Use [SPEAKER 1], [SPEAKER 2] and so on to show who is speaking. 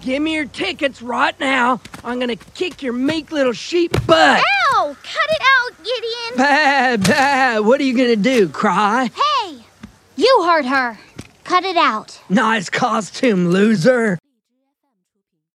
[SPEAKER 1] Give me your tickets right now. I'm gonna kick your meek little sheep butt.
[SPEAKER 2] Ow! Cut it out, Gideon!
[SPEAKER 1] Bah, bah, what are you gonna do? Cry?
[SPEAKER 2] Hey! You heard her. Cut it out.
[SPEAKER 1] Nice costume, loser.